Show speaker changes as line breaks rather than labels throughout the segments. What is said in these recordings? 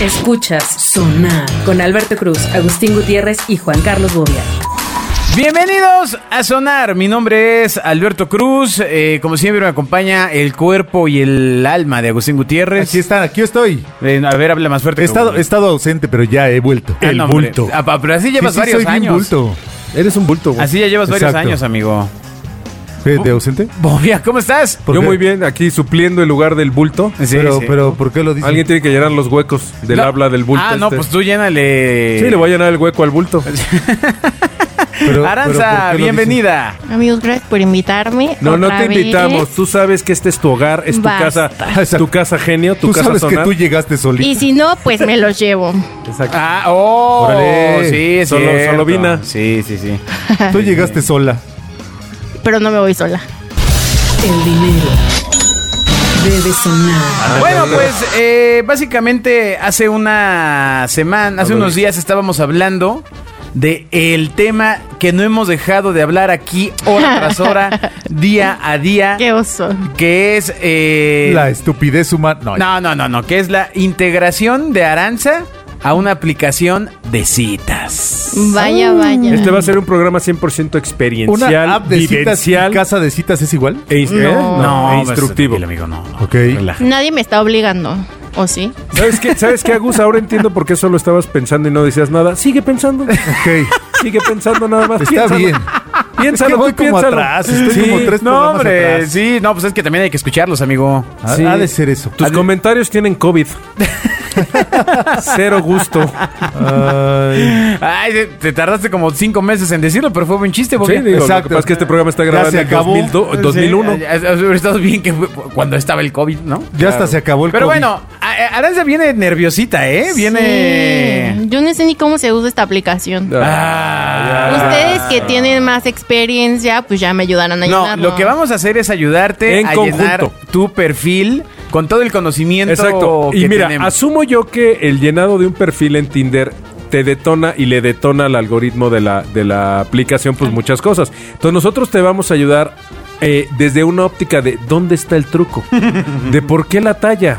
Escuchas Sonar con Alberto Cruz, Agustín Gutiérrez y Juan Carlos Bobia.
Bienvenidos a Sonar, mi nombre es Alberto Cruz, Eh, como siempre me acompaña el cuerpo y el alma de Agustín Gutiérrez.
Aquí está, aquí estoy.
Eh, a ver, habla más fuerte.
He
que
estado,
Google.
he estado ausente, pero ya he vuelto.
Ah, no, hombre. Ah, pa- pero así llevas
Sí, sí,
varios
soy bien
años.
bulto. Eres un bulto. güey.
Así ya llevas varios
Exacto.
años, amigo.
¿Eh, ¿De ausente?
Bobia, ¿cómo estás?
¿Por
Yo
qué?
muy bien, aquí supliendo el lugar del bulto.
Sí,
pero,
sí.
pero, ¿por qué lo dices?
Alguien tiene que llenar los huecos del
No.
habla del bulto.
Ah, no,
este.
pues tú llénale.
Sí, le voy a llenar el hueco al bulto.
Pero- pero ¿por qué
Aranza,
lo dices?
bienvenida.
Amigos, gracias por invitarme.
No, no
otra
te
vez.
invitamos. Tú sabes que este es tu hogar, es tu
Basta.
casa, es tu casa genio, tu
Tú
casa
sabes que
sonar.
tú llegaste solito.
Y si no, pues me los llevo.
Exacto.
Ah, oh,
Órale.
sí, es
Solo-
cierto.
solo vina.
Sí, sí, sí.
Tú llegaste sola.
Pero no me voy sola.
El dinero debe sonar.
Bueno, pues eh, básicamente hace una semana, hace unos días estábamos hablando de el tema que no hemos dejado de hablar aquí hora tras hora, día a día,
Qué oso.
que es eh,
La estupidez humana. No,
no, no, no, no, que es la integración de Aranza a una aplicación de citas.
Vaya, vaya.
Este va a ser un programa 100% experiencial,
una app de citas y
vivencial
casa de citas es igual.
e, ins-
No.
¿eh?
No,
e
pues,
instructivo.
tranquilo, amigo, no. no,
Ok.
relájate.
Nadie me está obligando. ¿O sí?
¿Sabes qué, ¿Sabes qué, Agus? Ahora entiendo por qué solo estabas pensando y no decías nada. Sigue pensando.
Ok.
Sigue pensando nada más.
Está
piénsalo.
bien.
Piénsalo,
Es que voy
tú
como
piénsalo.
atrás, estoy como tres
No,
programas
hombre,
atrás.
sí, no, pues es que también hay que escucharlos, amigo.
Ha,
Sí.
ha de ser eso.
Tus comentarios tienen COVID. Cero gusto.
Ay,
Ay, te- te tardaste como cinco meses en decirlo, pero fue buen chiste,
Sí,
porque
digo, lo
Exacto.
que pasa es que este programa está
Ya
grabado
se
en el
acabó.
2002, 2001.
Hubiera estado bien que fue cuando estaba el COVID, ¿no?
ya hasta se acabó el
Pero
COVID.
bueno, a- a- Aranza viene nerviosita, ¿eh? Viene.
Sí. Yo no sé ni cómo se usa esta aplicación.
Ah,
Ustedes que tienen más experiencia, pues ya me ayudaron a
No,
llenarlo.
lo que vamos a hacer es ayudarte
En
a
conjunto.
llenar tu perfil con todo el conocimiento
Exacto.
que
Y mira,
tenemos.
asumo yo que el llenado de un perfil en Tinder te detona y le detona al algoritmo de la, de la aplicación pues muchas cosas. Entonces nosotros te vamos a ayudar eh, desde una óptica de dónde está el truco, de por qué la talla.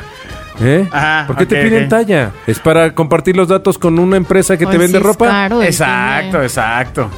¿Eh?
Ajá,
¿Por qué
ok,
te piden
ok.
talla? ¿Es para compartir los datos con una empresa que
Ay,
te vende
sí, es
ropa?
caro el
Exacto,
Tinder.
exacto.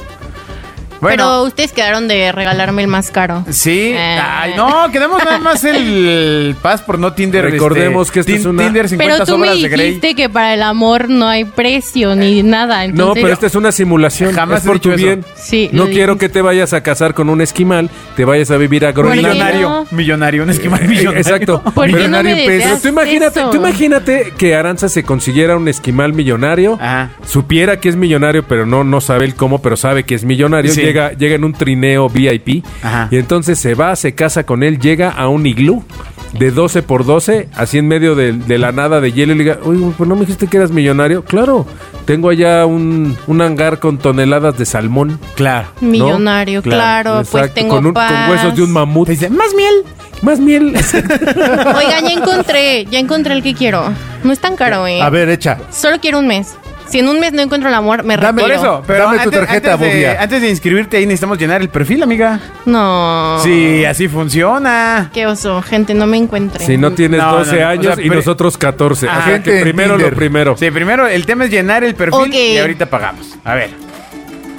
Pero ustedes quedaron de regalarme el más caro.
Sí,
Eh.
ay, no, quedamos nada más el Paz por no Tinder. este,
Recordemos que esto
Tin-
es una-
Tinder 50
Pero tú me
sombras de Grey.
dijiste que para el amor no hay precio ni nada.
No,
Entonces,
pero esta es una simulación.
Jamás
es
he
por
dicho
tu
eso.
bien.
Sí,
no
lo
quiero
dijiste.
que te vayas a casar con un esquimal, te vayas a vivir a
¿Por qué
Groenlandia.
Millonario,
no?
millonario, un esquimal millonario.
Exacto.
¿Por qué no me
Millonario en pesos.
deseas
Tú imagínate,
eso?
tú imagínate que Aranza se consiguiera un esquimal millonario,
Ajá.
supiera que es millonario, pero no, no sabe el cómo, pero sabe que es millonario.
Sí.
Llega, llega en un trineo VIP
Ajá.
y entonces se va, se casa con él, llega a un iglú. De 12 por 12, así en medio de, de la nada de hielo, y le diga, oye, pues no me dijiste que eras millonario. Claro, tengo allá un, un hangar con toneladas de salmón.
Claro.
Millonario, claro, pues
Exacto,
tengo
con, un- con
paz.
huesos de un mamut.
Te dice, más miel.
Más miel.
Oigan, ya encontré, ya encontré el que quiero. No es tan caro, ¿eh?
A ver, echa.
Solo quiero un mes. Si en un mes no encuentro el amor, me
Dame-
Por
retiro.
eso, pero
Dame tu
antes,
tarjeta,
antes de,
Bobia.
antes de inscribirte ahí necesitamos llenar el perfil, amiga.
No.
Sí, así funciona.
Qué oso, gente, no me encuentre.
Si no tienes
No, no,
12
no, o
años
sea,
y
pre-
nosotros 14.
Ah,
Así
gente
que
en
primero
Tinder.
lo primero.
Sí, primero el tema es llenar el perfil
Ok.
y ahorita pagamos. A ver.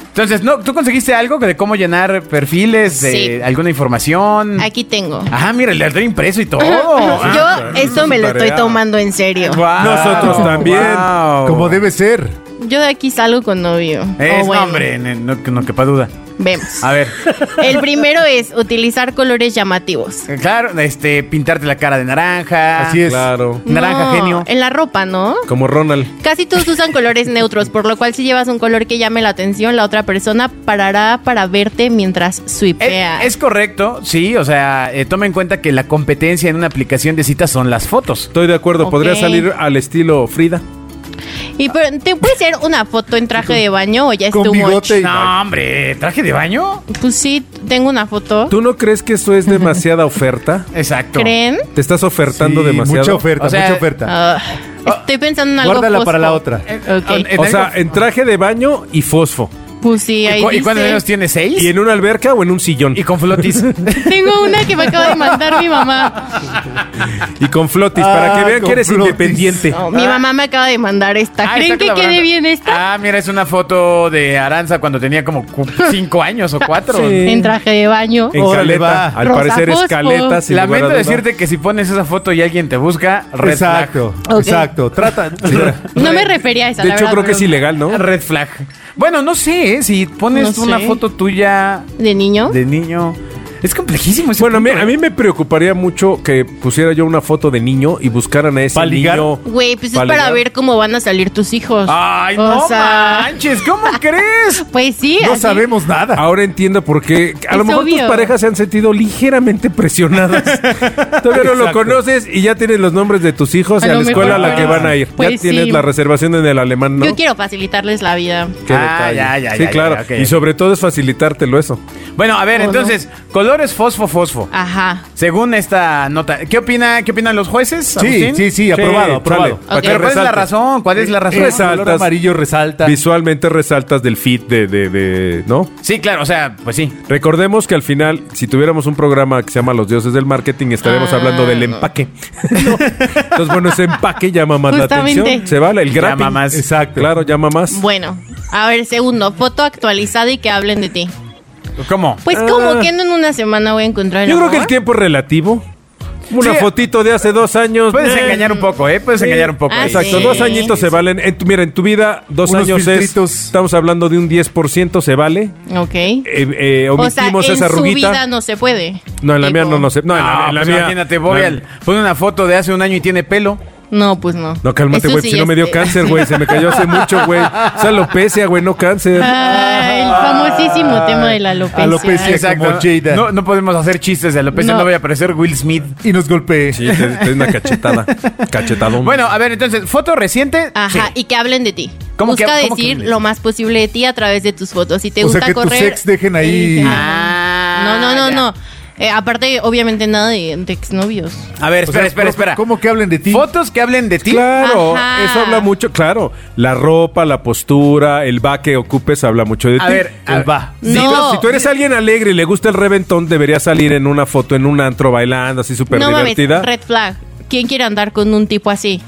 Entonces, ¿no? ¿tú conseguiste algo de cómo llenar perfiles, de
Sí.
alguna información?
Aquí tengo.
Ah, mira, el letrero impreso y todo.
Yo
Ah,
eso me lo estoy
tarea.
tomando en serio.
guau,
Nosotros también.
guau.
Ah. Como debe ser.
Yo de aquí salgo con novio.
Es
O Oh, bueno,
nombre, ne- no, no quepa duda.
Vemos.
A ver,
El primero es utilizar colores llamativos.
claro, este, pintarte la cara de naranja.
Así es.
Claro.
Naranja
No,
genio.
En la ropa, ¿no?
Como Ronald.
Casi todos usan colores neutros, por lo cual si llevas un color que llame la atención, la otra persona parará para verte mientras swipea.
Eh, Es, es correcto, sí, o sea, eh, toma en cuenta que la competencia en una aplicación de citas son las fotos.
Estoy de acuerdo.
Ok.
Podría salir al estilo Frida.
Y pero, te puede ser una foto en traje de baño o ya es
Con
tu
bigote.
No, hombre, ¿traje de baño?
Pues sí, tengo una foto.
¿Tú no crees que eso es demasiada oferta?
Exacto. Eh,
¿Creen?
Te estás ofertando
Sí,
demasiado.
Mucha oferta,
O sea,
mucha oferta.
Ah, estoy pensando en algo
Guárdala para la
fosfo.
otra.
Ok.
Eh,
O sea, en traje de baño y fosfo.
Pues sí, ahí
¿Y, cu- y
dice.
cuántos años tiene? ¿Seis?
¿Y en una alberca o en un sillón?
Y con flotis.
Tengo una que me acaba de mandar mi mamá.
Y con flotis,
Ah,
para que vean
con
que eres
flotis.
independiente.
Mi mamá me acaba de mandar esta.
Ah,
¿Creen
está
que
colaborando.
quede bien esta?
Ah, mira, es una foto de Aranza cuando tenía como cu- cinco años o cuatro.
Sí.
En traje de baño.
En
Órale,
caleta,
va.
al
Rosa
parecer es
Fosfo.
caleta. sin lugar a
Lamento
duda.
decirte que si pones esa foto y alguien te busca, red
Exacto,
Ok.
exacto. Trata. señora.
No me refería a esa.
De
la
hecho,
verdad,
creo que es
pero-
ilegal, ¿no?
flag. Ah, Red flag. Bueno, no sé, ¿eh? si pones
No
una
sé.
foto tuya
¿De niño?
de niño. Es complejísimo ese
Bueno, a mí,
punto,
a mí
¿eh?
me preocuparía mucho que pusiera yo una foto de niño y buscaran a ese
¿Para ligar?
niño.
Güey, pues es
¿Para
para
ligar?
ver cómo van a salir tus hijos.
Ay,
O
no
sea-
manches, ¿cómo crees?
Pues sí.
No
así-
sabemos nada.
Ahora entiendo por qué. A lo
Es
mejor tus
obvio.
parejas se han sentido ligeramente presionadas. Todavía no lo
Exacto.
conoces y ya tienes los nombres de tus hijos
A
y a
lo
la
mejor
escuela a la
no.
que van a ir. ya
Pues
tienes
sí.
la reservación en el alemán, ¿no?
Yo quiero facilitarles la vida.
Qué
Ah,
detalle.
ya, ya,
Sí,
ya,
claro.
ya, ok.
Y sobre todo es facilitártelo eso.
Bueno, a ver,
¿O no? Ah.
entonces, colores fosfo fosfo.
Ajá.
Según esta nota, ¿qué opina, qué opinan los jueces?
Sí,
Agustín?
sí, sí, aprobado, aprobado.
chale, para
Ok.
que
Pero ¿cuál es la
resalte.
razón? ¿Cuál
Eh,
es la razón?
Resaltas.
El color amarillo resalta.
Visualmente resaltas del fit de, de, de- ¿no?
Sí, claro, o sea, pues sí.
Recordemos que al final, si tuviéramos un programa que se llama Los Dioses del Marketing, estaríamos
Ah,
hablando del
no.
empaque. Entonces, bueno, ese empaque llama más
Justamente.
la atención. Se vale el gratis.
Llama más.
Exacto. Claro, llama más.
Bueno, a ver, segundo, foto actualizada y que hablen de ti.
¿Cómo?
Pues
Ah.
como que no en una semana voy a encontrar el
Yo creo que el
amor?
tiempo es relativo. Una
Sí.
fotito de hace dos años.
Puedes
eh,
engañar un poco, ¿eh? Puedes engañar un poco.
Ah,
ahí.
Exacto,
Sí.
dos añitos se valen. En tu- mira, en tu vida, dos
Unos
años
filtritos.
es. Estamos hablando de un 10%, se vale.
Ok.
Eh, eh,
O sea, en
omitimos esa
su
arruguita.
vida no se puede.
No, en la mía
Tipo,
no, no sé. No, en la,
No,
en la
pues
mía.
imagínate, voy
la-
al... Pone una foto de hace un año y tiene pelo.
No, pues no.
No, cálmate,
Eso
güey,
sí
si no
es-
me dio cáncer, güey. Se me cayó hace mucho, güey. O sea, alopecia, güey, no cáncer.
Ah, el famosísimo tema de la alopecia.
Alopecia.
Exacto.
como Jada.
No, no podemos hacer chistes de alopecia, no,
No.
voy a aparecer Will Smith.
Y nos golpeé.
Sí, te, te es una cachetada. Cachetadón.
Bueno, a ver, entonces, foto reciente.
Ajá,
Sí.
y que hablen de ti.
¿Cómo que-
Busca
cómo que
decir
hablen de
lo
ti?
más posible de ti a través de tus fotos. Si te
O sea,
gusta
que tus
correr.
ex dejen ahí-
eligen.
Ah,
no, no, no,
ya.
no. Eh, aparte, obviamente, nada de, de exnovios.
A ver,
O
espera,
sea,
espera, espera.
¿Cómo que hablen de ti?
Fotos que hablen de ti.
Claro,
Ajá.
eso habla mucho, claro. La ropa, la postura, el va que ocupes habla mucho de ti.
A ver, a
El
ver.
va.
No.
Si, tú, si tú eres alguien alegre y le gusta el reventón, debería salir en una foto en un antro bailando así súper
no
divertida.
mames, red flag. ¿Quién quiere andar con un tipo así?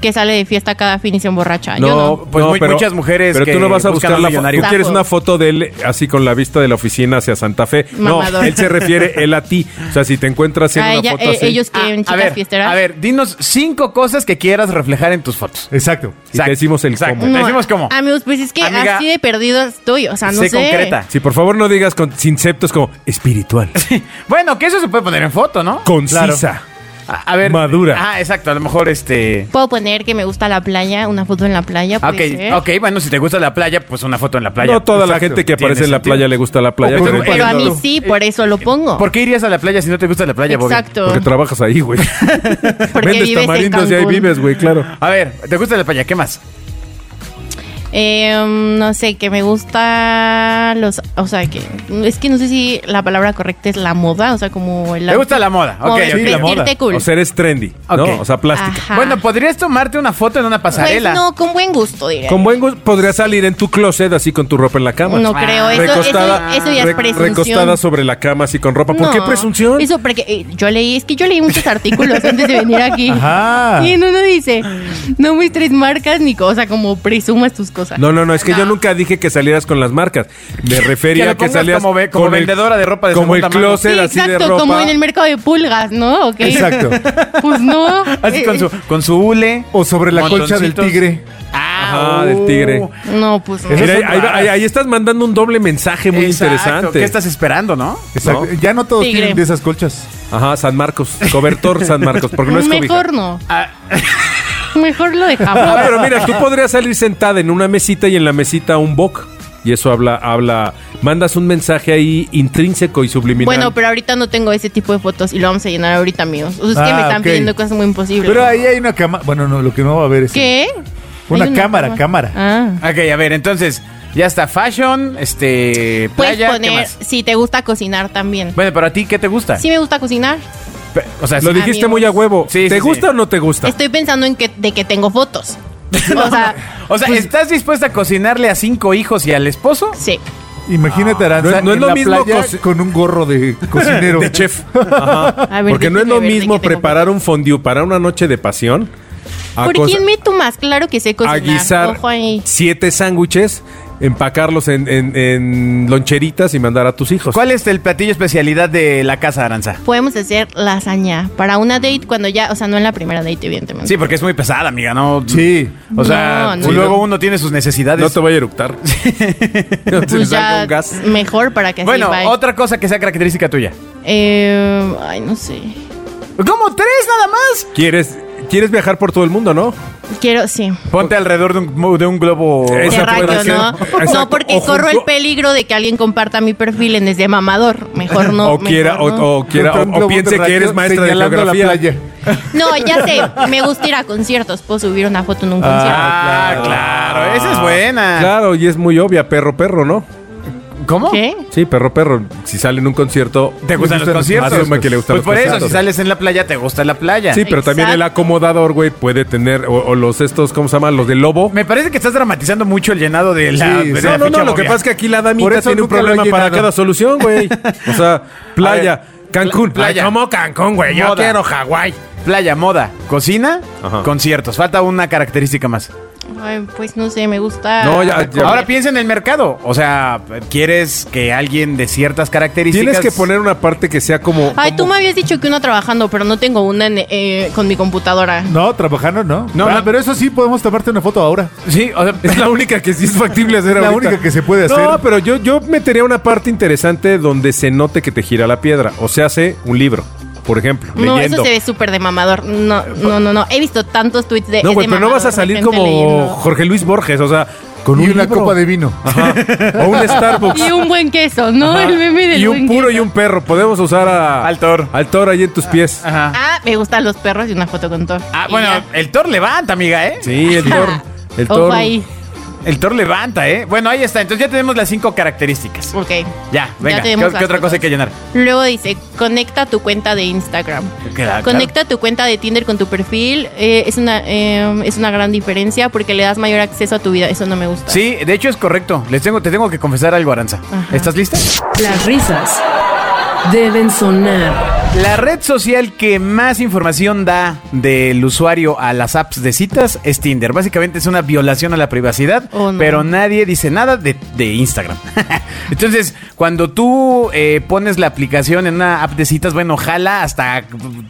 Que sale de fiesta cada fin y se emborracha. Ah, Yo no.
pues muy- muchas mujeres
Pero
que
tú no vas a
buscan a
buscar
un
la foto.
millonario.
Tú quieres una foto de él eh, así con la vista de la oficina hacia Santa Fe. No,
Mamador.
él se refiere él a ti. O sea, si te encuentras en
Ah,
una
ella-
foto
eh,
así.
ellos
Ah,
quieren
a
chicas
ver,
fiesteras.
a ver, dinos cinco cosas que quieras reflejar en tus fotos.
Exacto.
Y te decimos el
Exacto.
cómo.
Te decimos cómo.
Amigos, pues es que
Amiga,
así de perdido estoy. O sea, no
sé
sé.
concreta.
Si por favor no digas con, sin septos como espiritual,
Bueno, que eso se puede poner en foto, ¿no?
concisa.
A, a ver.
Madura.
Ah, exacto. A lo mejor este.
Puedo poner que me gusta la playa, una foto en la playa.
Ah, Ok,
puede ser.
ok, bueno, si te gusta la playa, pues una foto en la playa.
No toda la
Exacto.
gente que aparece
Tiene
en la
sentido.
playa le gusta la playa.
O
pero-
con un
Pero a mí
Bueno,
sí, por eso lo pongo.
Eh, ¿Por qué irías a la playa si no te gusta la playa, Bobby?
Exacto.
porque trabajas ahí, güey.
Porque
Vendes
vives en
tamarindos y ahí
Cancún.
vives, güey, claro.
A ver, ¿te gusta la playa? ¿Qué más?
Eh, no sé, que me gusta los... O sea, que... Es que no sé si la palabra correcta es la moda, o sea, como... El
¿Te gusta la moda?
Como
Ok,
ves-
ok,
vestirte
la moda.
cool.
O sea, eres trendy,
Ok.
¿no? O sea, plástica.
Ajá.
Bueno, podrías tomarte una foto en una
pues
pasarela.
no, con buen gusto, diría.
Con buen gusto podría salir en tu closet así con tu ropa en la cama.
No
Ah,
creo, eso, eso-
recostada,
eso, ya
re-
es presunción.
recostada sobre la cama así con ropa. ¿Por
No,
qué presunción?
Eso porque eh, yo leí, es que yo leí muchos artículos antes de venir aquí.
Ajá.
Y en uno dice, no muestres marcas ni cosa, como presumas tus cosas.
No, no, no, es que yo nunca dije que salieras con las marcas. Me refería
Que
a
lo
que
pongas
salías
como ve- como
con el-
vendedora de ropa de
Como el
segunda mano.
closet
Sí,
así
exacto,
de ropa.
como en el mercado de pulgas, ¿no? Ok.
Exacto.
Pues no.
Así con
Eh,
su, con su hule.
O sobre la colcha del
Montoncitos.
tigre.
Ah,
Ajá, del tigre.
uh,
No, pues no.
Esas
Mira, ahí,
son
ahí va-
raras.
ahí- ahí estás mandando un doble mensaje muy
exacto,
interesante.
¿Qué estás esperando, no?
Exacto. Ya no todos
Tigre.
tienen de esas colchas.
Ajá, San Marcos. Cobertor San Marcos, porque no es cobija.
Mejor no.
Ah.
Mejor lo
No,
dejamos.
Ah, pero mira, tú podrías salir sentada en una mesita y en la mesita un boc. Y eso habla, habla, mandas un mensaje ahí intrínseco y subliminal.
Bueno, pero ahorita no tengo ese tipo de fotos y lo vamos a llenar ahorita, amigos. O sea, es que
Ah,
me están
ok.
pidiendo cosas muy imposibles.
Pero ahí hay una cámara. Bueno, no, lo que no va a haber es.
¿Qué?
Una
Hay
cámara, cámara.
Ah.
Ok, a ver, entonces, ya está fashion, este,
Puedes
playa, ¿qué
poner
más?
si te gusta cocinar también.
Bueno, pero a ti, ¿qué te gusta?
Sí me gusta cocinar.
Pe- O sea,
Lo
sí-
dijiste
Amigos.
muy a huevo.
Sí,
¿Te
sí,
gusta
sí.
o no te gusta?
Estoy pensando en que de que tengo fotos. O sea,
O
Pues-
sea, ¿estás dispuesta a cocinarle a cinco hijos y al esposo?
sí.
Imagínate,
No
Aranza,
es- no es
en
lo
la
mismo
playa
coci-
con un gorro de cocinero.
De chef.
A ver,
Porque no es
déjame
lo
ver de
mismo
qué tengo.
preparar un fondue para una noche de pasión. a
¿Por
cosa-
quién me tomas? Claro que sé cocinar.
a guisar
Ojo ahí.
siete sándwiches, empacarlos en, en- en loncheritas y mandar a tus hijos.
¿Cuál es el platillo especialidad de la casa Aranza?
Podemos hacer lasaña para una date cuando ya, o sea, no en la primera date, evidentemente.
Sí, porque es muy pesada, amiga, ¿no?
Sí.
O sea,
No, no.
y luego uno tiene sus necesidades.
No te voy a eructar. no te
pues
salga
ya
un gas.
mejor para que
bueno,
así vaya.
otra cosa que sea característica tuya.
Eh, ay, no sé.
¿Cómo tres nada más?
¿Quieres, quieres viajar por todo el mundo, ¿no?
Quiero, sí.
Ponte alrededor de un, de un globo.
Esa
Qué
puede
rayo,
ser.
¿no?
Exacto.
No, porque
O
corro el
junto-
peligro de que alguien comparta mi perfil en desde mamador. Mejor no.
o
mejor
quiera, o,
no.
o quiera,
Contra un
o, o
globo
piense que
terráqueo
eres maestra de
señalando la
geografía.
playa.
No, ya sé. Me gusta ir a conciertos. Puedo subir una foto en un
Ah, claro. Esa es buena.
Claro, y es muy obvia, perro, perro, ¿no?
¿Cómo?
concierto. ¿Qué?
Sí, perro, perro. Si sale en un concierto.
¿Te gustan los
Más de
conciertos?
un güey que le gustan
pues por
los
eso, si
conciertos.
sales en la playa, te gusta la playa.
Sí, pero también el
Exacto.
acomodador, güey, puede tener. O, o los estos, ¿cómo se llaman? Los del lobo. Ah,
Me parece que estás dramatizando mucho el llenado de la.
Sí,
de
sí.
la
No, no,
ficha
no, lo que
bovia.
pasa es que aquí la
Por
damita
eso
tiene un
nunca lo he
problema para
llenado.
cada solución, güey. O sea, playa, Cancún.
Pla- playa.
Ay, ¿Cómo Cancún, güey? Yo
Moda.
quiero Hawái.
Playa, moda, cocina,
Ajá.
conciertos. Falta una característica más.
Ay, pues no sé, me gusta.
No, ya- ya-
Ahora piensa en el mercado. O sea, ¿quieres que alguien de ciertas características.
Tienes que poner una parte que sea como.
Ay, tú me habías dicho que uno trabajando, pero no tengo una en- eh, con mi computadora.
No, trabajando, ¿no.
No,
Ah,
no.
pero eso sí, podemos tomarte una foto ahora.
Sí, o sea,
Es la única que sí es factible hacer
La
ahorita.
única que se puede hacer.
No, pero yo, yo metería una parte interesante donde se note que te gira la piedra. O se hace un libro, por ejemplo,
No,
leyendo.
eso se ve súper de mamador. No, no, no, no. He visto tantos tweets de.
no,
es
güey,
de
pero no vas a
mamador,
salir
gente
como
leyendo.
Jorge Luis Borges, o sea, con
y
un
una
libro.
copa de vino.
Ajá. O un Starbucks.
Y un buen queso, ¿no?
Ajá.
El meme del
y un
buen
puro
queso.
y un perro. Podemos usar a,
Al Thor.
Al Thor ahí en tus pies.
Ajá.
Ah, me gustan los perros y una foto con Thor.
Ah,
Y
bueno,
ya.
el Thor levanta, amiga, ¿eh?
Sí, el Thor. El
Ojo
Thor.
ahí.
El Thor levanta, ¿eh? Bueno, ahí está. Entonces ya tenemos las cinco características.
Ok.
Ya, venga. ¿Qué,
tenemos
qué
las
otra cosa hay que llenar?
Luego dice, conecta tu cuenta de Instagram.
Ah, Claro,
Conecta tu cuenta de Tinder con tu perfil. Eh, es, una, eh, es una gran diferencia porque le das mayor acceso a tu vida. Eso no me gusta.
Sí, de hecho es correcto. Les tengo, te tengo que confesar algo, Aranza.
Ajá.
¿Estás lista?
Las risas deben sonar.
La red social que más información da del usuario a las apps de citas es Tinder. Básicamente es una violación a la privacidad,
Oh, no.
pero nadie dice nada de, de Instagram. Entonces, cuando tú eh, pones la aplicación en una app de citas, bueno, jala hasta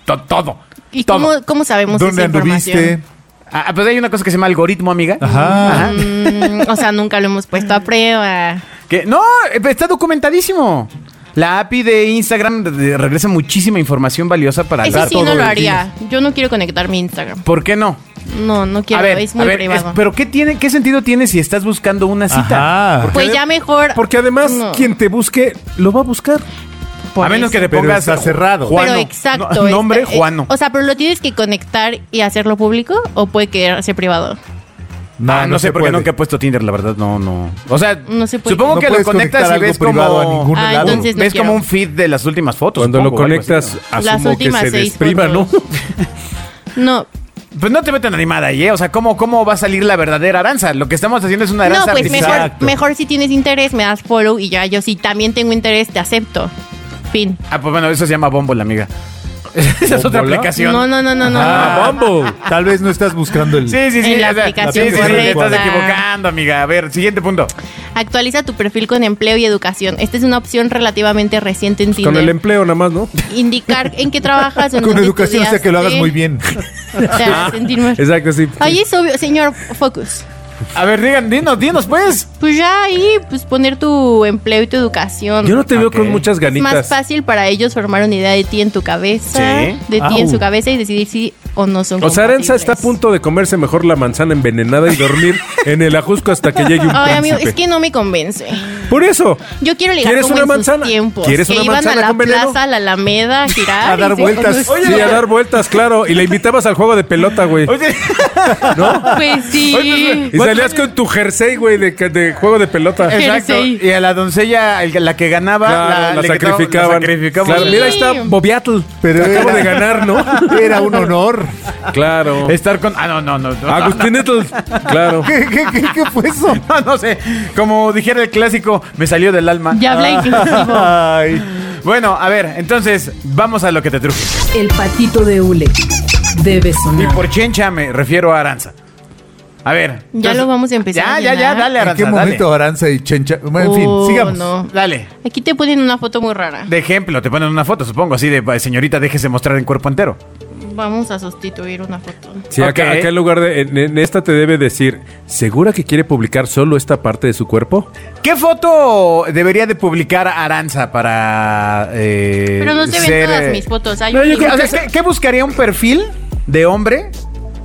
to- todo.
¿Y
todo.
cómo, cómo sabemos
¿Dónde
esa información?
anduviste?
Ah, pues hay una cosa que se llama algoritmo, amiga.
Ajá.
Mm, o sea, nunca lo hemos puesto
Mm.
a prueba.
Que, no, eh, está documentadísimo. La API de Instagram de- de- regresa muchísima información valiosa para
Eso
dar
sí no
todo
lo
de
haría. Yo no quiero conectar mi Instagram.
ti. ¿Por qué no?
No, no quiero.
a ver,
es muy
a ver,
privado.
es- pero qué tiene, qué sentido tiene si estás buscando una cita?
Ajá.
pues ya mejor.
Porque además,
No,
quien te busque, lo va a buscar.
por
a menos
eso.
que te
Pero
pongas
está cerrado.
Juano.
Pero exacto.
No, nombre
está- eh,
Juano.
O sea, pero lo tienes que conectar y hacerlo público o puede quedarse privado.
Ah, no, sé
se
por qué
puede.
nunca he puesto Tinder, la verdad, no, no. O sea,
No se puede.
supongo
No
que lo
puedes
conectas
conectar
y ves
algo privado
como
a ningún
Ah,
lado.
entonces- no
ves como
quiero.
un feed de las últimas fotos.
Cuando lo
supongo, o algo así,
conectas,
¿no?
Las
asumo que
últimas
se
seis
despriva, ¿no?
fotos. No.
Pues no te metan animada ahí, ¿eh? O sea, ¿cómo, ¿cómo va a salir la verdadera aranza? Lo que estamos haciendo es una
No,
aranza
pues mejor,
artificial.
mejor si tienes interés, me das follow y ya yo si también tengo interés, te acepto. Fin.
Ah, pues bueno, eso se llama Bumble, amiga. Esa es otra
¿Bumble?
aplicación.
No, no, no, no, no.
Ah,
no.
Bumble. Tal vez no estás buscando
Mm.
el.
Sí, sí, sí.
En la
o sea,
aplicación
sí, sí, sí, te estás
correcta.
equivocando, amiga. A ver, siguiente punto.
Actualiza tu perfil con empleo y educación. Esta es una opción relativamente reciente en Tinder.
Pues Con el empleo nada más, ¿no?
Indicar en qué trabajas. o en
Con
dónde ¿eh?
educación, o sea que lo hagas
estudiaste.
muy bien.
Te hace sentir más-
Exacto, sí.
Ahí es obvio, señor, focus.
A ver, digan, dinos, dinos, pues.
Pues ya ahí, pues poner tu empleo y tu educación.
Yo no te veo
Ok.
con muchas
es más
ganitas.
fácil para ellos formar una idea de ti en tu cabeza,
Sí.
de ti en
Au.
su cabeza y decidir si o no son
O sea, Aranza está a
compatibles.
punto de comerse mejor la manzana envenenada y dormir en el ajusco hasta que llegue un
Ay,
príncipe.
amigo, es que no me convence.
Por eso.
Yo quiero ligar
¿Quieres
como
una
en sus
manzana?
tiempos,
¿Quieres
que
una
iban
manzana
a la
con veneno?
plaza, a la Alameda, a girar.
A dar
y se
vueltas.
conocían.
sí, a dar vueltas, claro. Y la invitabas al juego de pelota, güey.
Oye,
Pues sí.
Y salías con tu jersey, güey, de, de juego de pelota.
Eh,
exacto.
Jersey.
Y a la doncella, el- la que ganaba,
Claro, la,
le quitaba-
sacrificaban.
la sacrificaban.
Claro, mira, ahí
Sí.
está Bobiatl.
Pero
Acabo
era-
de ganar, ¿no?
Era un honor. amor.
Claro.
Estar con. Ah, no, no, no. no
Agustín Nettles. Claro.
¿Qué, qué, qué, qué fue eso?
No, no sé. Como dijera el clásico, me salió del alma. Ah.
Ya habla inclusivo.
Ay.
Bueno, a ver, entonces, vamos a lo que te truje.
El patito de hule debe
Y
sonar.
por chencha me refiero a Aranza. A ver.
Ya lo vamos a empezar
Ya,
a
ya, ya,
llenar.
dale,
¿En
Aranza.
qué momento Aranza y Chencha? Bueno, en fin,
Oh,
sigamos.
no.
Dale. Dale.
Aquí te ponen una foto muy rara.
De ejemplo, te ponen una foto, supongo, así de "Ay, señorita, déjese mostrar en cuerpo entero.
Vamos a sustituir una foto.
Sí, acá,
Ok.
acá en lugar de. En, en esta te debe decir, ¿segura que quiere publicar solo esta parte de su cuerpo?
¿Qué foto debería de publicar Aranza para eh,
Pero no se ven
ser,
todas
eh,
mis fotos. Hay
no,
un
yo creo
link.
que- o sea, ¿qué, qué buscaría un perfil de hombre,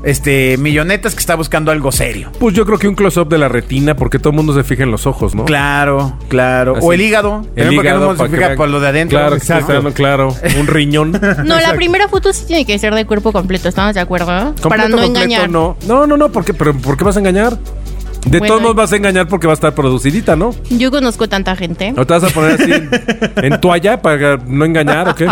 este, millonetas que está buscando algo serio?
Pues yo creo que un close-up de la retina, porque todo el mundo se fija en los ojos, ¿no?
Claro, claro.
Así.
O el hígado.
El
también porque
hígado,
no se
para que
fija
vean-
por lo de adentro.
Claro,
Exacto.
exacto. claro. Un riñón.
No, la primera foto sí tiene que ser de cuerpo completo, ¿estamos de acuerdo? Para
Completo,
no
completo,
engañar.
No, no, no, no, ¿por qué, pero, ¿por qué vas a engañar? De
Bueno,
todos modos
y-
vas a engañar porque va a estar producidita, ¿no?
Yo conozco tanta gente.
¿O te vas a poner así en, en toalla para no engañar o qué?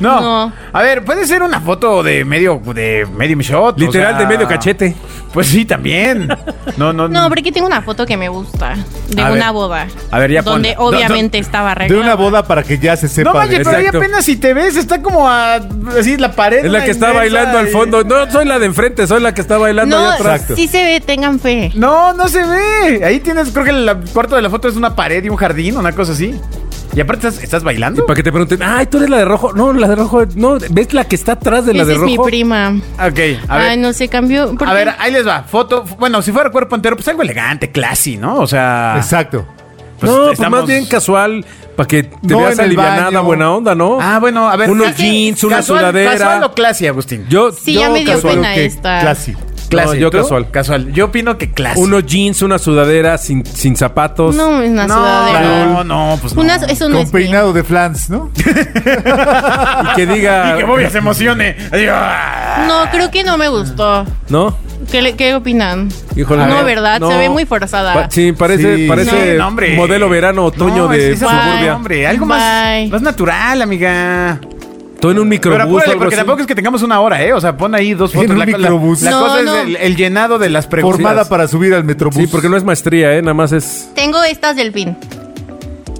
No.
No.
A ver, puede ser una foto de medio, de medium shot. o
Literal,
sea,
de medio cachete.
Pues sí, también. No, no,
No, porque tengo una foto que me gusta. De
A
una
ver.
boda.
A ver, ya
Donde
ponla.
obviamente estaba
De
arreglada.
una boda para que ya se sepa.
No vaya,
de-
pero ahí
Este Exacto.
apenas si te ves, está como a, así la pared.
Es la
una
que está
inmensa
bailando al
y-
fondo. No, soy la de enfrente, soy la que está bailando
No,
allá atrás.
Exacto.
sí se ve, tengan fe.
No, no se ve. Ahí tienes, creo que el cuarto de la foto es una pared y un jardín, una cosa así. Y aparte estás, estás
Y
bailando.
para que te pregunten, ay, tú eres la de rojo. No, la de rojo, no, ves la que está atrás de la
Esa
de
es
rojo.
mi prima.
Ok, a ver.
Ay, no se cambió. ¿Por
A
qué?
ver, ahí les va. Foto. Bueno, si fuera cuerpo entero, pues algo elegante, classy, ¿no? O sea.
Exacto.
pues,
no, pues
estamos-
más bien casual, para que te
No,
veas
en el
alivianada,
baño.
buena onda, ¿no?
Ah, bueno, a ver.
Unos
Es que-
jeans, una
casual-
sudadera.
Casual o classy, Agustín.
Yo,
Sí,
yo
ya me dio
casual.
pena. Ahí
que
está.
classy.
Classy,
No, yo
¿tú?
casual.
Casual. Yo opino que classy.
Unos jeans, una sudadera sin, sin zapatos.
No, es una sudadera.
no, no, pues no.
Una- eso no
Con
es bien.
peinado de flans, ¿no?
Y que diga.
Y que Bobia se emocione. Así, ¡ah!
No, creo que no me gustó.
¿No?
¿Qué, le- qué opinan?
Híjole,
no,
a ver,
¿verdad? Se
no.
ve muy forzada.
Pa- sí, parece,
Sí.
parece
No, hombre.
modelo verano, otoño
No,
de
es- esa es
Bye.
suburbia.
suburbia.
hombre, algo más,
Bye.
más natural, amiga.
Todo en un
Pero
microbús.
apúrale,
algo
porque
así.
tampoco es que tengamos una hora, ¿eh? O sea, pon ahí dos
En
fotos.
un
la, la-
microbús.
la
No,
cosa
no.
es el, el llenado de las preguntas.
Formada para subir al metrobús.
Sí, porque no es maestría, ¿eh? Nada más es.
Tengo estas del fin.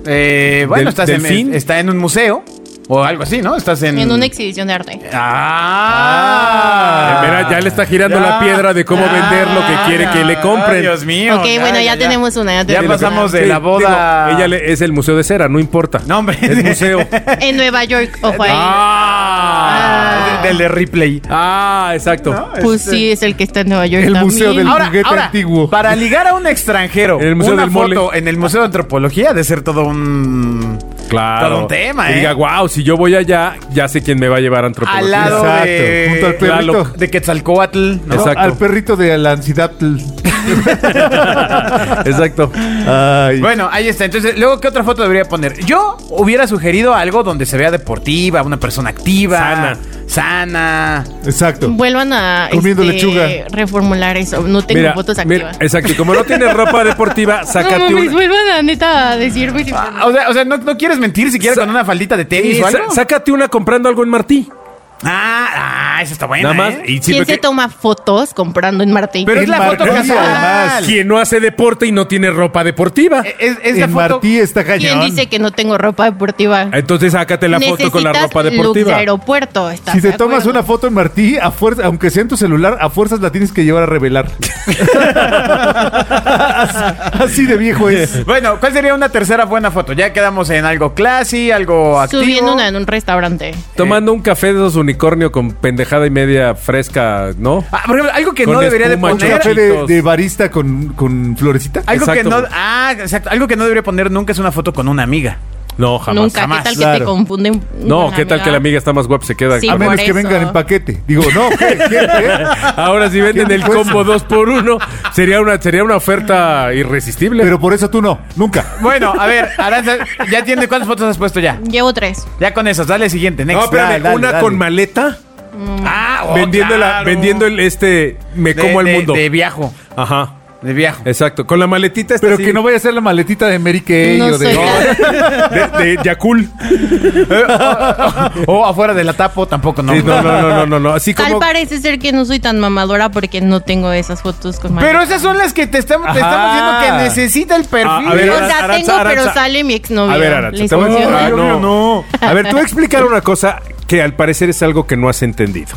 Eh, bueno,
Del-
estás en,
delfín.
está en un museo o algo así, ¿no? Estás en.
En una exhibición de arte.
Ah,
Eh, mira, ya le está girando la piedra de cómo vender lo que quiere que le compren.
Dios mío.
ok, bueno, ya, tenemos una. Ya,
Ya
tenemos
pasamos
una.
de la
Sí,
boda.
digo, ella le- es el museo de cera, no importa.
No, hombre.
Es museo.
En Nueva York, ojo ahí.
Ah,
Ah.
del de replay.
ah, exacto.
Pues sí, es el que está en Nueva York.
El museo
también.
del-
Ahora,
juguete
ahora,
antiguo.
para ligar a un extranjero
En el Museo
una
del Mole.
foto en el Museo de Antropología ha de ser todo un
Claro.
todo un tema,
Que
¿eh?
diga, wow, si yo voy allá, ya sé quién me va a llevar a antropología.
al lado
Exacto,
de
junto al perrito.
Tlaloc, de Quetzalcoatl, ¿no?
Exacto.
Al perrito de la ansiedad.
Exacto.
Ay.
Bueno, ahí está. Entonces, luego, ¿qué otra foto debería poner? Yo hubiera sugerido algo donde se vea deportiva, una persona activa.
Sana.
Sana.
Exacto.
Vuelvan a este,
Comiendo lechuga.
reformular eso. No tengo fotos
mira,
activas.
exacto. Y como no tienes ropa deportiva,
no,
sácate
mames,
una.
vuelvan a neta a decirme si
Ah, O sea, o sea, ¿no, no quieres mentir siquiera
Sa-
con una faldita de tenis
Sí,
o
sa-
algo?
sácate una comprando algo en Martí.
Ah, ah, esa está buena,
Nada más.
¿eh?
Y
¿Quién
sirve
se
que-
toma fotos comprando en Marte?
Pero es
En
la foto
Marconi,
casual.
además.
Quien no hace deporte y no tiene ropa deportiva.
E, Es, es la
En
foto...
Martí está
¿Quién
cañón.
dice que no tengo ropa deportiva?
Entonces sácate la foto con la
Necesitas
ropa
look de
deportiva.
aeropuerto. ¿estás
Si te
de
tomas
acuerdo?
una foto en Martí, a fuerza, aunque sea en tu celular, a fuerzas la tienes que llevar a revelar. Así de viejo es.
Bueno, ¿cuál sería una tercera buena foto? Ya quedamos en algo classy, algo activo.
Subiendo una en un restaurante.
Tomando un café de esos unicornio con pendejada y media fresca, ¿no?
Ah, por ejemplo, algo que
Con
no debería de
espuma,
Un
poner.
café de,
Chorritos.
de barista con, con florecita.
Algo que
Exacto.
no. Ah, exacto. Algo que no debería poner nunca es una foto con una amiga.
No, jamás.
Nunca.
jamás,
¿Qué tal que
claro.
te confunden?
No,
con
¿qué tal que la amiga está más guapa? Se queda.
Sí.
A
por
menos que
eso.
vengan en paquete. Digo, no, ¿eh? ¿qué? ¿Qué? ¿Qué?
Ahora si venden el combo 2 por 1 sería una, sería una oferta irresistible.
Pero por eso tú no, nunca.
Bueno, a ver, Aranza, ya tiene cuántas fotos has puesto ya.
Llevo tres.
Ya con esas, dale siguiente, next.
no, espérame,
Dale, dale,
una
dale.
con maleta
Ah, oh,
vendiendo, la,
claro.
vendiendo el este me
De-
como el
de-
mundo. Eh,
De viajo.
Ajá.
De viajo.
Exacto, con la maletita esta
Pero
así.
que no vaya a ser la maletita de Mary Kay
No
o de...
soy la-
de, de Yakul.
O afuera de la tapo, tampoco, no.
Sí, no, no, no, no, no, no. Así
Tal
como.
parece ser que no soy tan mamadora porque no tengo esas fotos con
Pero
maleta.
esas son las que te estamos, te estamos
Ajá.
diciendo que necesita el perfil.
Ah, A ver,
o
Aranza,
sea,
Aranza,
tengo, pero
Aranza.
sale mi exnovio.
A ver, Aranza,
¿Les
te voy a decir-
funciona?
Ah,
Ay,
no.
obvio, no.
A ver, te voy a explicar una cosa que al parecer es algo que no has entendido.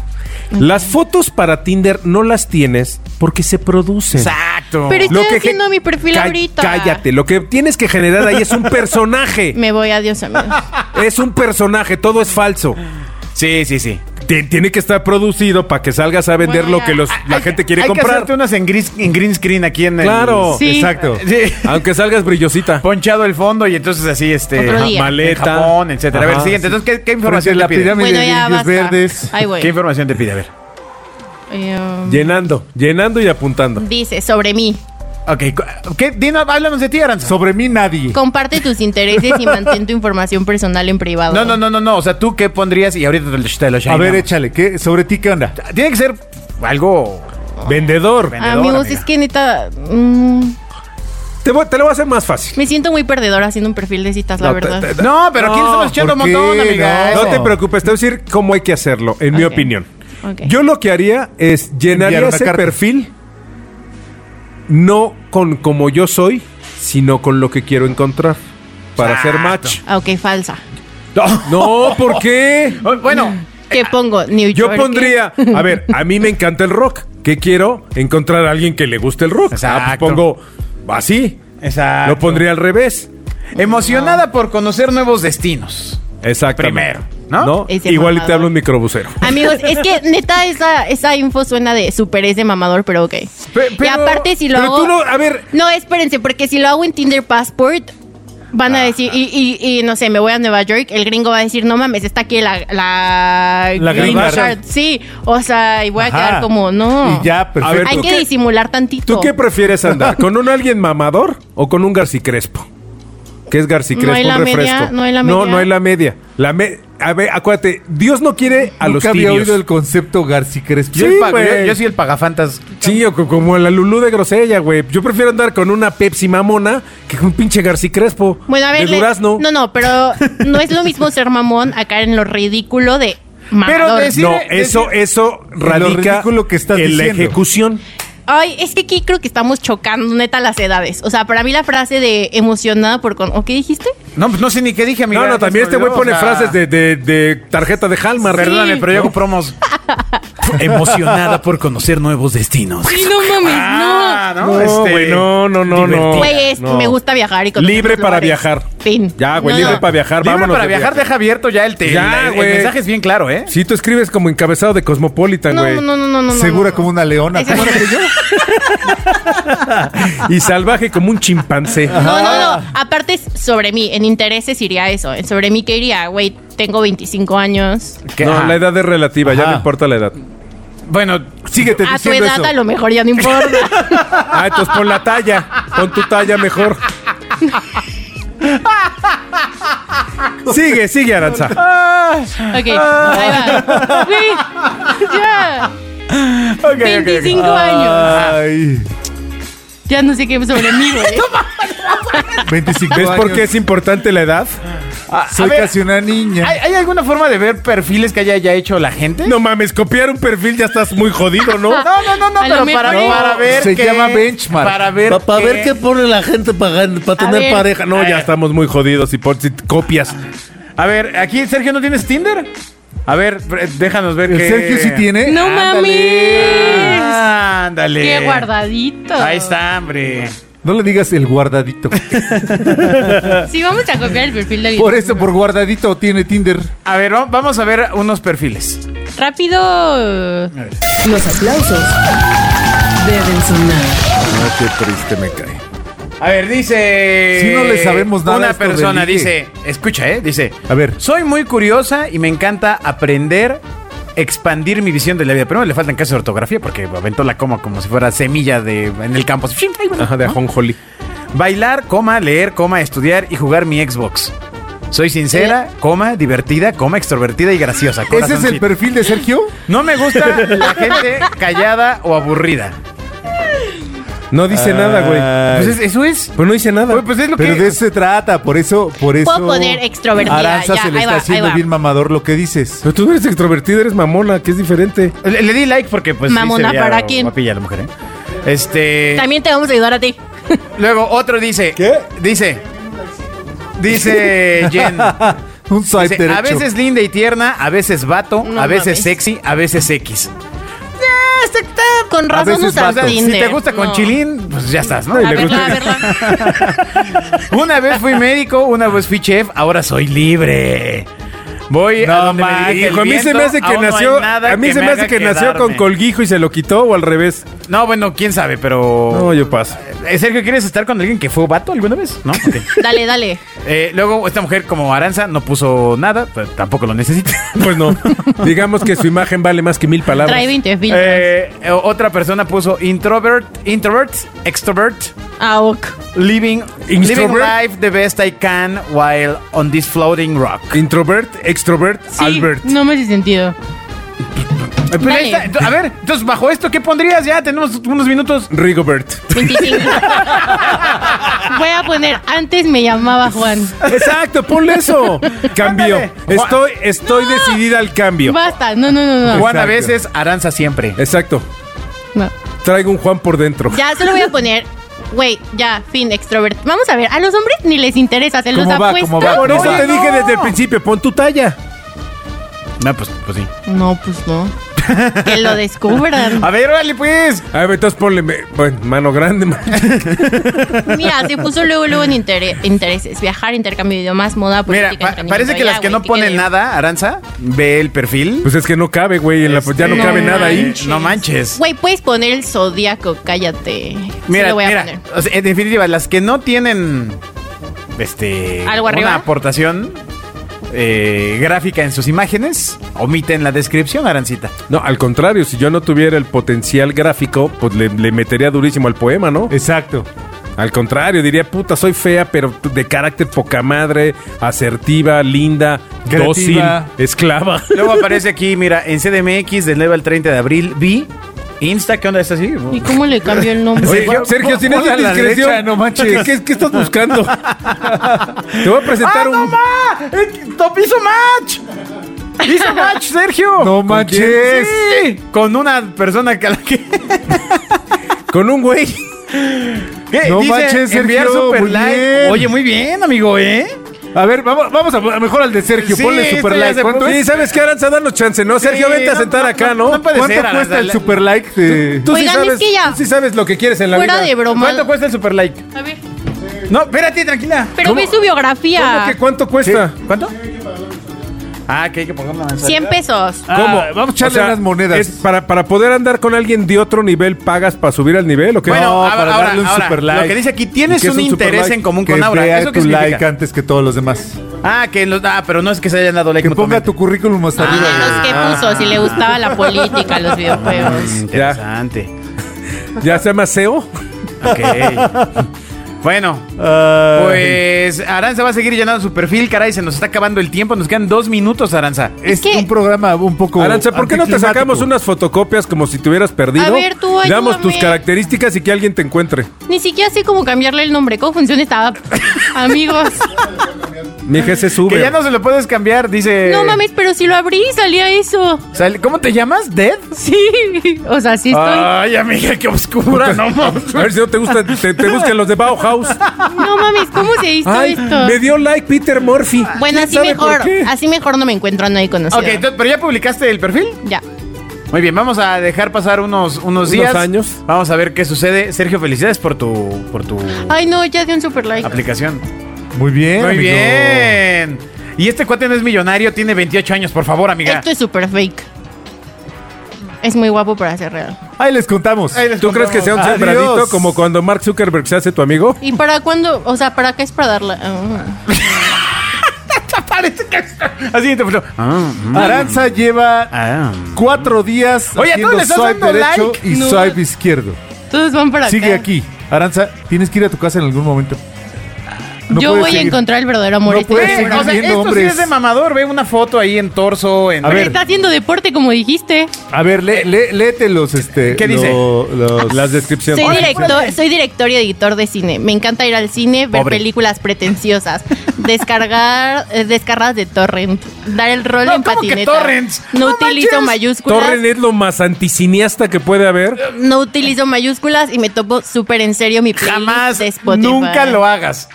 Las fotos para Tinder no las tienes porque se producen.
Exacto.
Pero estoy
que-
haciendo mi perfil
Cá-
ahorita.
Cállate, lo que tienes que generar ahí es un personaje.
Me voy, adiós, amigos.
es un personaje, todo es falso.
Sí, sí, sí.
Ti- Tiene que estar producido para que salgas a vender
Bueno,
lo que los-
ya.
la gente quiere
Hay que
comprar.
hacerte unas en, gris- en green screen aquí en el...
Claro,
Sí.
exacto.
Sí.
Aunque salgas brillosita.
Ponchado el fondo y entonces así, este...
Otro
ajá,
día.
Maleta.
Maleta.
En Japón, etcétera. a ver,
Ajá,
siguiente.
sí.
Entonces, ¿qué, qué
Frente a
información
la
te pide?
pirámide
Bueno,
de
ya
indios
basta.
verdes.
Ay, güey.
¿Qué información te pide? A ver.
Eh,
Llenando, llenando y apuntando.
Dice, sobre mí.
Ok. cu- ¿Qué? Dinos, háblanos de ti, Aranza.
Sobre mí nadie.
Comparte tus intereses y mantén tu información personal en privado.
No, no, no, no, no. O sea, ¿tú qué pondrías? Y ahorita te lo, te lo
A ver,
shinamos.
échale, ¿qué? ¿Sobre ti qué onda?
Tiene que ser algo...
Vendedor.
vendedor,
Amigos,
amiga.
es que neta, mm,
Te, voy- te lo voy a hacer más fácil.
me siento muy perdedora haciendo un perfil de citas, la
No, te-
verdad.
te-
No, pero aquí le
No,
estamos echando un
¿por qué?
montón, amiga.
No.
No te preocupes, te voy a decir cómo hay que hacerlo, en mi
Ok.
opinión.
Ok.
Yo lo que haría es
Enviar
llenaría
una
ese
carta.
perfil no con como yo soy, sino con lo que quiero encontrar para hacer match.
Ah, ok, falsa.
No, ¿por qué?
Oh, Bueno,
¿Qué pongo? New
Eh, Yo
York. eh.
pondría, a ver, a mí me encanta el rock. ¿Qué quiero? Encontrar a alguien que le guste el rock. Ah, pues
Exacto.
pongo así.
exacto.
Lo pondría al revés.
Emocionada por conocer nuevos destinos.
Exacto.
Primero, ¿no?
Ese
Igual y te
mamador.
hablo un microbusero.
Amigos, es que neta esa, esa info suena de super es de mamador, pero ok.
Pe-
y
pero-
aparte si lo
pero
hago...
tú no- a ver.
No, espérense, porque si lo hago en Tinder Passport, van a decir, y, y- y no sé, me voy a Nueva York, el gringo va a decir, no mames, está aquí la... La,
La
green
gringa.
card". Sí, o sea, y voy a
Ajá.
quedar como, no.
Y ya, perfecto.
A ver,
Hay
¿tú
que
qué-
disimular tantito.
¿Tú qué prefieres andar? ¿Con un alguien mamador o con un Garcicrespo? ¿Qué es Garcicrespo?
No hay la
un refresco.
media, no hay la
No,
media.
no hay la media. La me- a ver, acuérdate, Dios no quiere a los
Nunca había
tibios.
oído el concepto Garci Crespo.
Yo,
Sí,
el pago-
güey.
yo- yo soy el pagafantas.
Sí, o co- como la Lulú de grosella, güey. Yo prefiero andar con una Pepsi mamona que con un pinche Garcicrespo.
Bueno, a ver,
De
le-
durazno.
no, no, pero no es lo mismo ser mamón acá en lo ridículo de mamador.
Pero decir-
No,
decir-
eso, eso
lo
radica
ridículo que estás
en la
diciendo.
ejecución.
Ay, es que aquí creo que estamos chocando neta las edades. O sea, para mí la frase de emocionada por con... ¿O qué dijiste?
No, pues no sé ni qué dije, amiga.
No, no,
Ya
también
se
este
me
güey
olvidó,
pone
o sea,
frases de, de- de tarjeta de Halmar.
Perdóname, pero yo hago promos. Emocionada por conocer nuevos destinos.
Sí, no mames,
Ah,
No, güey, no, no, no, no.
divertida.
Güey, es que
no.
me gusta viajar y conocer
Libre
los
para
lugares.
viajar.
Fin.
Ya, güey,
No,
libre
no.
para viajar.
Libre
vámonos
para
de
viajar,
viaje.
deja abierto ya el, te-
Ya,
el- el
güey.
mensaje es bien claro, ¿eh?
Si tú escribes como encabezado de Cosmopolitan,
No,
güey.
no, no, no, no, no,
Segura
no.
como una leona.
Ese no.
Y salvaje como un chimpancé.
No, no, no. Aparte, es sobre mí, en intereses iría eso. En sobre mí, ¿qué iría? Güey, tengo 25 años.
Que-
No,
ajá.
la edad es relativa, ya
Ajá.
no importa la edad.
Bueno,
Síguete
A tu
diciendo
edad
eso.
a lo mejor ya no importa.
Ah, entonces pon la talla. Pon tu talla mejor. Sigue, sigue, Aranza.
Ah,
ok, ahí va. Güey, ya.
ok, Ah, ok, ok.
25 años.
Ay,
Ya no sé qué sobre mí, güey.
25
¿Ves
años.
por qué es importante la edad?
Ah, a
Soy
ver,
casi una niña.
¿hay, hay alguna forma de ver perfiles que haya ya hecho la gente?
No mames, copiar un perfil ya estás muy jodido, ¿no?
No, no, no, no,
A lo
pero para,
mejor-
para ver
Se
qué-
llama benchmark.
Para ver
Pa- pa' ver
qué-
qué pone la gente para
A
tener
ver.
pareja. No, ya estamos muy jodidos si, pon- si copias.
A ver, aquí Sergio, ¿no tienes Tinder? A ver, pre- déjanos ver
¿El
qué-
Sergio sí tiene?
No
Ándale.
mames.
Ándale.
Qué guardadito.
Ahí está, hombre.
No le digas el guardadito.
Sí, vamos a copiar el perfil de
por eso, por guardadito tiene Tinder.
A ver, va- vamos a ver unos perfiles.
Rápido.
Los aplausos deben sonar.
No, qué triste me cae.
A ver, dice.
Si no le sabemos nada a
Una
esto
persona
del ligue.
dice, escucha, ¿eh? Dice.
A ver.
Soy muy curiosa y me encanta aprender, expandir mi visión de la vida. Pero le faltan casos de ortografía porque aventó la coma como si fuera semilla de en el campo. Así, ay, bueno,
Ajá, Ah, de
¿no?
ajonjolí.
Bailar, coma, leer, coma, estudiar y jugar mi Xbox. Soy sincera, coma, divertida, coma, extrovertida y graciosa.
¿Ese es el
corazoncito.
perfil de Sergio?
No me gusta la gente callada o aburrida.
No dice nada, güey.
Pues es- eso es.
Pero no dice nada.
Güey, pues es lo
Pero
que.
de eso se trata, por eso, por eso.
poner extrovertida,
Aranza
ya,
se le
ahí
está
va, ahí
haciendo
va.
bien mamador lo que dices.
Pero tú no eres extrovertida, eres mamona, que es diferente.
Le, le di like porque, pues. sí
Mamona,
se veía
¿para quién?
guapilla la mujer, ¿eh? Este.
También te vamos a ayudar a ti.
Luego otro dice.
¿Qué?
Dice. Dice Jen.
Un swipe
dice,
derecho.
Pues, a veces linda y tierna, a veces vato,
No
a veces
mames.
sexy, a veces X.
Con razón
veces
usas
O sea, si
Tinder.
te gusta con
No.
chilín, pues ya estás, ¿no?
A verla, a verla.
Una vez fui médico, una vez fui chef, ahora soy libre. Voy a
No,
donde
ma,
me dirija el
Hijo, a mí se
viento,
me hace que
aún no hay
nació.
nada
a mí se me hace
haga
que nació con
quedarme.
colguijo y se lo quitó o al revés.
No, bueno, quién sabe, pero.
No, yo paso.
Eh, Sergio, ¿quieres estar con alguien que fue vato alguna vez? No. Ok.
Dale, dale.
Eh, luego, esta mujer, como Aranza, no puso nada, pero tampoco lo necesita.
Pues no. Digamos que su imagen vale más que mil palabras.
Trae 20 filtros.
Eh, eh, otra persona puso introvert, introvert, extrovert,
Ah, ok.
living, living
Extrovert.
life the best I can while on this floating rock.
Introvert, extrovert,
Sí,
Albert.
No me hace sentido.
Eh, pero ahí
Dale.
está. a ver, entonces, bajo esto, ¿qué pondrías? Ya tenemos unos minutos.
Rigobert.
25. Voy a poner, antes me llamaba Juan.
Exacto, ponle eso. Cambio.
Ándale.
Estoy, estoy decidida al cambio.
Basta, no, no, no, no.
Juan a
Exacto.
veces, Aranza siempre.
Eh.
Exacto.
no.
Traigo un Juan por dentro.
Ya, solo voy a poner, güey, ya, fin, extrovert. Vamos a ver, a los hombres ni les interesa, se los
¿Cómo va?
apuesto.
¿Cómo va?
Por eso
Oye,
te
no.
dije desde el principio, pon tu talla.
No, pues, pues sí.
No, pues no. Que lo descubran.
A ver, órale, pues.
A ver, entonces ponle me- bueno, mano grande. mano-
Mira, se puso luego, luego en intere- intereses. Viajar, intercambio de idiomas, moda, política,
Mira, pa-
entretenimiento.
parece que
Ya,
las que
güey,
no
¿qué
ponen
quieres?
nada, Aranza, ve el perfil.
Pues es que no cabe, güey. en la-
Este,
ya no
No
cabe nada ahí.
No manches.
Güey, puedes poner el zodiaco, cállate. Sí
Mira,
lo voy a
mira,
poner.
o sea, en definitiva, las que no tienen este
¿Algo arriba?
una aportación eh, gráfica en sus imágenes, omiten la descripción, Arancita.
No, al contrario, si yo no tuviera el potencial gráfico, pues le, le metería durísimo al poema, ¿no?
Eh. Exacto.
Al contrario, diría, puta, soy fea, pero de carácter poca madre, asertiva, linda,
Creativa.
dócil, esclava.
Luego aparece aquí, mira, en CDMX del 9 al 30 de abril, vi Insta, ¿qué onda? ¿Es así?
¿Y cómo le cambió el nombre?
Oye,
Sergio,
Sergio, si no
ponla
es
a la
discreción,
derecha, no manches.
¿Qué, qué- qué estás buscando? Te voy a presentar un...
¡Ah! ¡Top hizo match! ¡Hizo match, Sergio!
No
¿Con
manches.
quién? Sí, con una persona que a la que...
Con un güey.
¿Qué?
No
Dice,
manches,
enviar
Sergio,
super
muy
like.
bien.
Oye, muy bien, amigo, ¿eh?
A ver, vamos, vamos a, a mejor al de Sergio.
Sí,
ponle
este
super
ya
like.
se
¿Cuánto,
puso-
Sí,
es?
¿sabes qué, Aranza? Danos chance, ¿no? Sergio,
Sí,
vente a
no,
sentar
no,
acá,
no,
¿no?
no puede
¿Cuánto
ser,
cuesta
Aranza,
el
la-
super like? de-
Tú sí
Oigan, es
sabes,
que ya-
tú sí sabes lo que quieres en la
Fuera
vida.
de broma.
¿Cuánto cuesta el super like?
A ver.
No, espérate, tranquila.
Pero ve su
¿Cómo que
biografía.
cuánto cuesta?
¿Cuánto? Ah, que hay que poner la mensualidad.
100 pesos.
¿Cómo?
Ah, vamos a echarle unas monedas.
es para, para poder andar con alguien de otro nivel, ¿pagas para subir al nivel o qué?
Bueno,
No,
ahora,
para
ahora,
darle un
ahora,
super like.
lo que dice aquí, tienes
¿Y qué es
un,
un super
interés
like?
en común
que
con Aura.
vea
¿Eso qué
tu
significa?
like antes que todos los demás.
Ah, que los- ah, pero no es que se hayan dado like.
Que ponga tu currículum hasta
Ah,
arriba.
los que puso, si le gustaba la política, los videojuegos.
Ah, Interesante.
¿Ya se llama SEO?
Ok. bueno,
Ah,
pues Aranza va a seguir llenando su perfil, caray, se nos está acabando el tiempo, nos quedan dos minutos, Aranza.
es
que-
un programa un poco.
Aranza, ¿por qué no te
anticlimático?
sacamos unas fotocopias como si te hubieras perdido?
A ver, tú
Le Damos tus
ayúdame.
características y que alguien te encuentre.
Ni siquiera sé cómo cambiarle el nombre. ¿Cómo funciona esta app? Amigos.
Mi hija se sube.
Que ya no se lo puedes cambiar, dice.
No mames, pero si lo abrí, salía eso.
Sal- ¿Cómo te llamas? ¿Dead?
Sí. O sea, sí estoy.
Ay, amiga, qué oscura, no mames.
A ver si no te gusta, te, te buscan los de Bauhaus.
No mames, ¿cómo se hizo
Ay,
esto?
me dio like Peter Murphy. ¿Quién
Bueno, así
sabe
mejor.
por qué?
Así mejor no me encuentro a nadie conocido.
Ok, entonces, pero ya publicaste el perfil.
ya.
Muy bien, vamos a dejar pasar unos, unos, días.
años.
Vamos a ver qué sucede. Sergio, felicidades por tu, por tu
Ay, no, ya dio un super like.
aplicación.
Muy bien.
Muy
amigo.
bien. Y este cuate no es millonario, tiene 28 años, por favor, amiga.
Esto es super fake. Es muy guapo para ser real.
Ahí les contamos.
Ahí les
¿Tú crees que sea un
contamos.
sembradito
Adiós.
como cuando Mark Zuckerberg se hace tu amigo?
¿Y para cuándo? O sea, ¿para qué es para darla? Ah.
Parece que es- Así te Ah, mm,
Aranza lleva
ah.
cuatro días
Oye, ¿a todos
haciendo
le estás
swipe
dando
derecho
like?
y
No.
swipe izquierdo.
Todos van para
Sigue
acá.
aquí. Aranza, tienes que ir a tu casa en algún momento. No
Yo
puedes
voy a
seguir.
encontrar el verdadero amor. este
No
estoy
puedes
Ve,
segura.
o sea,
viendo
esto sí
hombres.
es de mamador. Ve una foto ahí en torso. En...
A
Pero
ver.
está haciendo deporte, como dijiste.
A ver, lé- lé- léete los, este...
¿Qué dice?
lo- los-
Las descripciones.
Soy director, soy director y editor de cine. Me encanta ir al cine, ver
Pobre.
películas pretenciosas, descargar eh, descargas de torrent, dar el rol
No,
en
¿cómo que
patineta.
torrents?
No,
¡No
utilizo
manches!
mayúsculas.
Torren es lo más anticiniasta que puede haber.
No utilizo mayúsculas y me topo súper en serio mi playlist
Jamás,
de Spotify.
nunca lo hagas.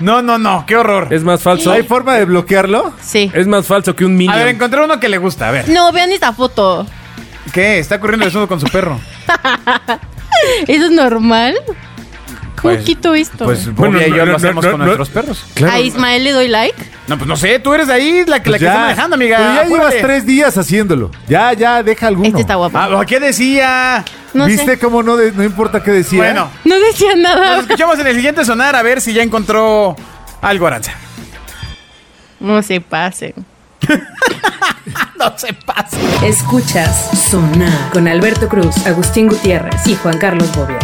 No, no, no, qué horror.
Es más falso.
¿Hay forma de bloquearlo?
Sí.
Es más falso que un
A ver,
minion.
encontré uno que le gusta. A ver,
No, vean esta foto.
¿qué? Está corriendo desnudo con su perro.
¿Eso es normal? ¿Cómo
Pues-
quito esto?
Pues
Bueno,
Bobia y
no,
yo
no,
lo
no,
hacemos
no,
con
no.
nuestros perros.
¿A Ismael le doy like?
No, pues no sé, tú eres ahí la que, la
Pues
que
ya.
está manejando, amiga.
Pero ya
Apúrate.
llevas tres días haciéndolo. Ya, ya, deja alguno.
Este está guapo.
Ah, ¿Qué decía?
No
¿Viste
sé.
cómo no, de- no importa qué decía?
Bueno,
No decía
nos
nada.
escuchamos en el siguiente sonar a ver si ya encontró algo, Aranza.
No se pasen.
No se pase.
Escuchas Sonar con Alberto Cruz, Agustín Gutiérrez y Juan Carlos Bobia.